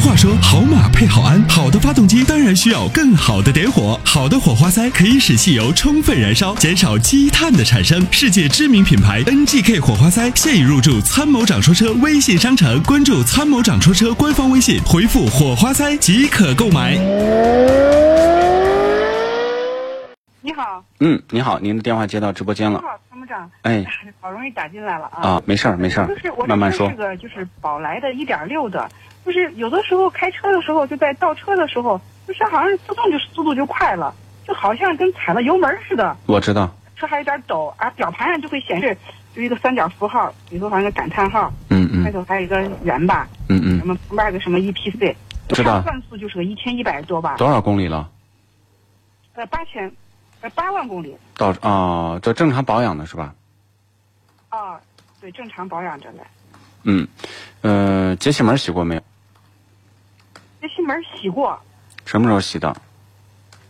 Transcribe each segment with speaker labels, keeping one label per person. Speaker 1: 话说，好马配好鞍，好的发动机当然需要更好的点火。好的火花塞可以使汽油充分燃烧，减少积碳的产生。世界知名品牌 NGK 火花塞现已入驻参谋长说车微信商城，关注参谋长说车官方微信，回复火花塞即可购买。
Speaker 2: 你好，
Speaker 3: 嗯，你好，您的电话接到直播间
Speaker 2: 你
Speaker 3: 了。
Speaker 2: 好，参谋长。
Speaker 3: 哎，
Speaker 2: 好容易打进来了啊。
Speaker 3: 啊，没事儿，没事儿
Speaker 2: 就是我，这
Speaker 3: 慢慢说
Speaker 2: 这。个就是宝来的1.6的，就是有的时候开车的时候，就在倒车的时候，就是好像是自动就是速度就快了，就好像跟踩了油门似的，
Speaker 3: 我知道，
Speaker 2: 车还有点抖，而表盘上就会显示就一个三角符号，比如说好像一个感叹号，
Speaker 3: 嗯
Speaker 2: 开
Speaker 3: 嗯
Speaker 2: 头还有一个圆吧，
Speaker 3: 嗯
Speaker 2: 什
Speaker 3: 嗯，
Speaker 2: 么旁边有个什么 EPC，
Speaker 3: 知道
Speaker 2: 转速就是个1100多吧，
Speaker 3: 多少公里了？
Speaker 2: 呃八千，呃八万公里
Speaker 3: 到啊、这正常保养的是吧？
Speaker 2: 啊，对，正常保养着呢。
Speaker 3: 嗯，呃，节气门洗过没有？
Speaker 2: 这气门洗过，
Speaker 3: 什么时候洗的？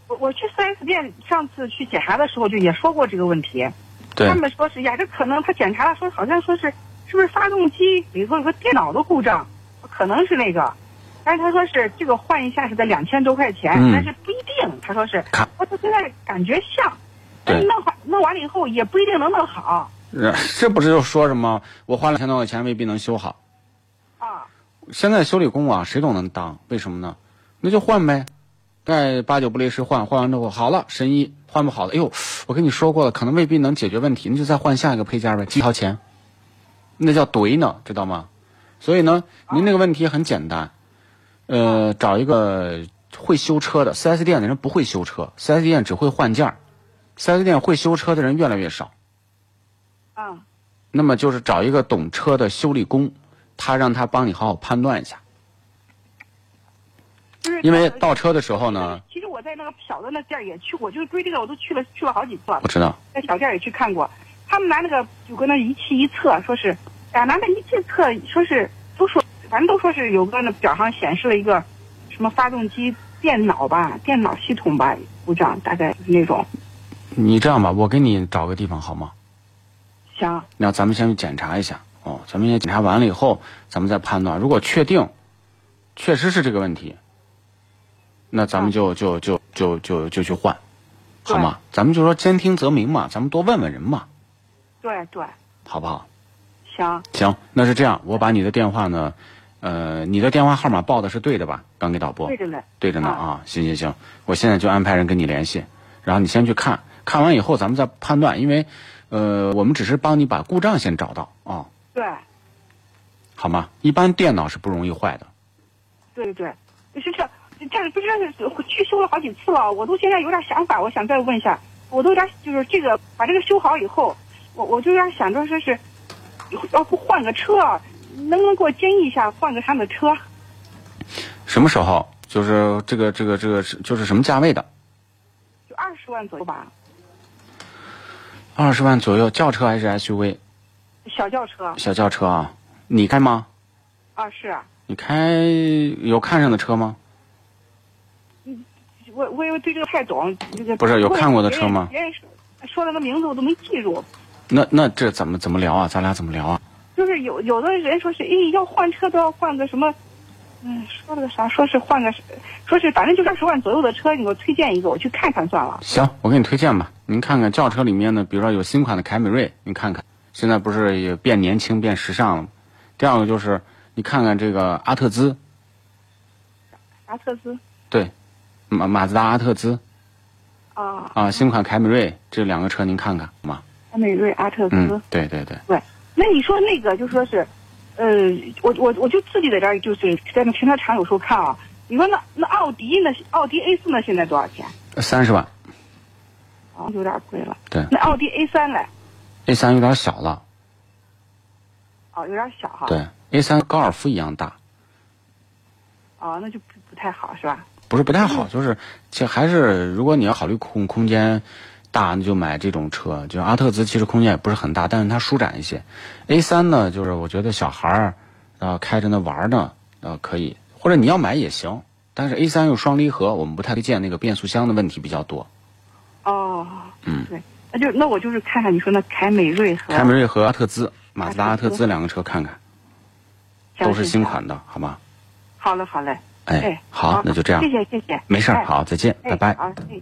Speaker 2: 我我去四 S 店上次去检查的时候就也说过这个问题，
Speaker 3: 对
Speaker 2: 他，们说是呀，这可能他检查了说好像说是是不是发动机里头有个电脑的故障，可能是那个，但是他说是这个换一下是在两千多块钱，
Speaker 3: 嗯
Speaker 2: 但是不一定，他说是
Speaker 3: 看，
Speaker 2: 我说现在感觉像，但
Speaker 3: 对
Speaker 2: 是弄好弄完了以后也不一定能弄好
Speaker 3: 呃这不是就说什么我花两千多块钱未必能修好。
Speaker 2: 啊，
Speaker 3: 现在修理工啊，谁都能当，为什么呢？那就换呗，再八九不离十换，换完之后好了神医，换不好了，哎呦，我跟你说过了，可能未必能解决问题，那就再换下一个配件呗，几条钱，那叫怼呢，知道吗？所以呢，您那个问题很简单，呃，找一个会修车的，4S 店的人不会修车，4S 店只会换件儿，4S 店会修车的人越来越少。
Speaker 2: 嗯
Speaker 3: 那么就是找一个懂车的修理工，他让他帮你好好判断一下，
Speaker 2: 就是
Speaker 3: 因为倒车的时候呢，
Speaker 2: 其实我在那个小的那店儿也去过，就是追这个我都去了去了好几次了
Speaker 3: 我。知道，
Speaker 2: 在小店儿也去看过，他们拿那个有个那仪器一测，说是，啊，拿那仪器测，说是都说，反正都说是有个那表上显示了一个什么发动机电脑吧，电脑系统吧故障，大概就是那种。
Speaker 3: 你这样吧，我给你找个地方好吗？
Speaker 2: 行，
Speaker 3: 那咱们先去检查一下哦，咱们先检查完了以后，咱们再判断。如果确定，确实是这个问题，那咱们就就就就就就去换，好吗？咱们就说兼听则明嘛，咱们多问问人嘛，
Speaker 2: 对对，
Speaker 3: 好不好？
Speaker 2: 行，
Speaker 3: 行，那是这样，我把你的电话呢，呃，你的电话号码报的是对的吧？刚给导播。
Speaker 2: 对着嘞。
Speaker 3: 对着呢啊，行行行，我现在就安排人跟你联系，然后你先去看看完以后，咱们再判断，因为，呃，我们只是帮你把故障先找到啊、
Speaker 2: 对
Speaker 3: 好吗？一般电脑是不容易坏的，
Speaker 2: 对对对，是这，这不知道是去修了好几次了，我都现在有点想法，我想再问一下，我都有点就是这个把这个修好以后，我我就有点想着说是，要不换个车，能不能给我建议一下换个啥样的车？
Speaker 3: 什么时候？就是这个这个这个是就是什么价位的？
Speaker 2: 就二十万左右吧，
Speaker 3: 二十万左右，轿车还是 SUV？
Speaker 2: 小轿车
Speaker 3: 小轿车啊？你开吗？
Speaker 2: 啊是，
Speaker 3: 你开有看上的车吗？
Speaker 2: 我我也对这个不太懂，这个
Speaker 3: 不是有看过的车吗
Speaker 2: 别人别人说说那个名字我都没记住，
Speaker 3: 那那这怎么怎么聊啊？咱俩怎么聊啊？
Speaker 2: 就是有有的人说是，哎，要换车都要换个什么，嗯，说了个啥？说是换个，说是反正就是二十万左右的车，你给我推荐一个，我去看看算了。
Speaker 3: 行，我给你推荐吧。您看看轿车里面呢，比如说有新款的凯美瑞，你看看，现在不是也变年轻、变时尚了吗？第二个就是你看看这个阿特兹，
Speaker 2: 达特兹
Speaker 3: 对，马马自达阿特兹
Speaker 2: 啊，
Speaker 3: 啊，新款凯美瑞这两个车您看看好吗？
Speaker 2: 凯美瑞、阿特兹。
Speaker 3: 嗯，对对对，
Speaker 2: 那你说那个就说是，呃，我我我就自己在这儿就是在那停车场有时候看啊，你说那那奥迪那奥迪 A 四那现在多少钱？
Speaker 3: 三十万
Speaker 2: 啊，有点贵了。
Speaker 3: 对
Speaker 2: 那奥迪 A 三嘞？
Speaker 3: ，A 三有点小了，
Speaker 2: 啊，有点小哈。。
Speaker 3: 对，A 三高尔夫一样大，
Speaker 2: 啊，那就不不太好是吧？
Speaker 3: 不是不太好，就是其实还是如果你要考虑空空间大，那就买这种车。就是阿特兹其实空间也不是很大，但是它舒展一些。A 三呢，就是我觉得小孩儿啊、呃开着那玩儿呢，呃可以，或者你要买也行。但是 A 三又双离合，我们不太推荐，那个变速箱的问题比较多。
Speaker 2: 哦。嗯。对，那就那我就是看看你说那凯美瑞和
Speaker 3: 凯美瑞和阿特兹、马自达
Speaker 2: 哦阿
Speaker 3: 阿
Speaker 2: 特兹
Speaker 3: 特兹两个车看看，
Speaker 2: 相
Speaker 3: 都是
Speaker 2: 信
Speaker 3: 新
Speaker 2: 它
Speaker 3: 款的，好吗？
Speaker 2: 好嘞，好嘞。
Speaker 3: 哎，好，那就这样
Speaker 2: 谢，谢谢谢，
Speaker 3: 没事儿，
Speaker 2: 哎，
Speaker 3: 好，再见，
Speaker 2: 哎
Speaker 3: 拜拜。
Speaker 2: 好，哎。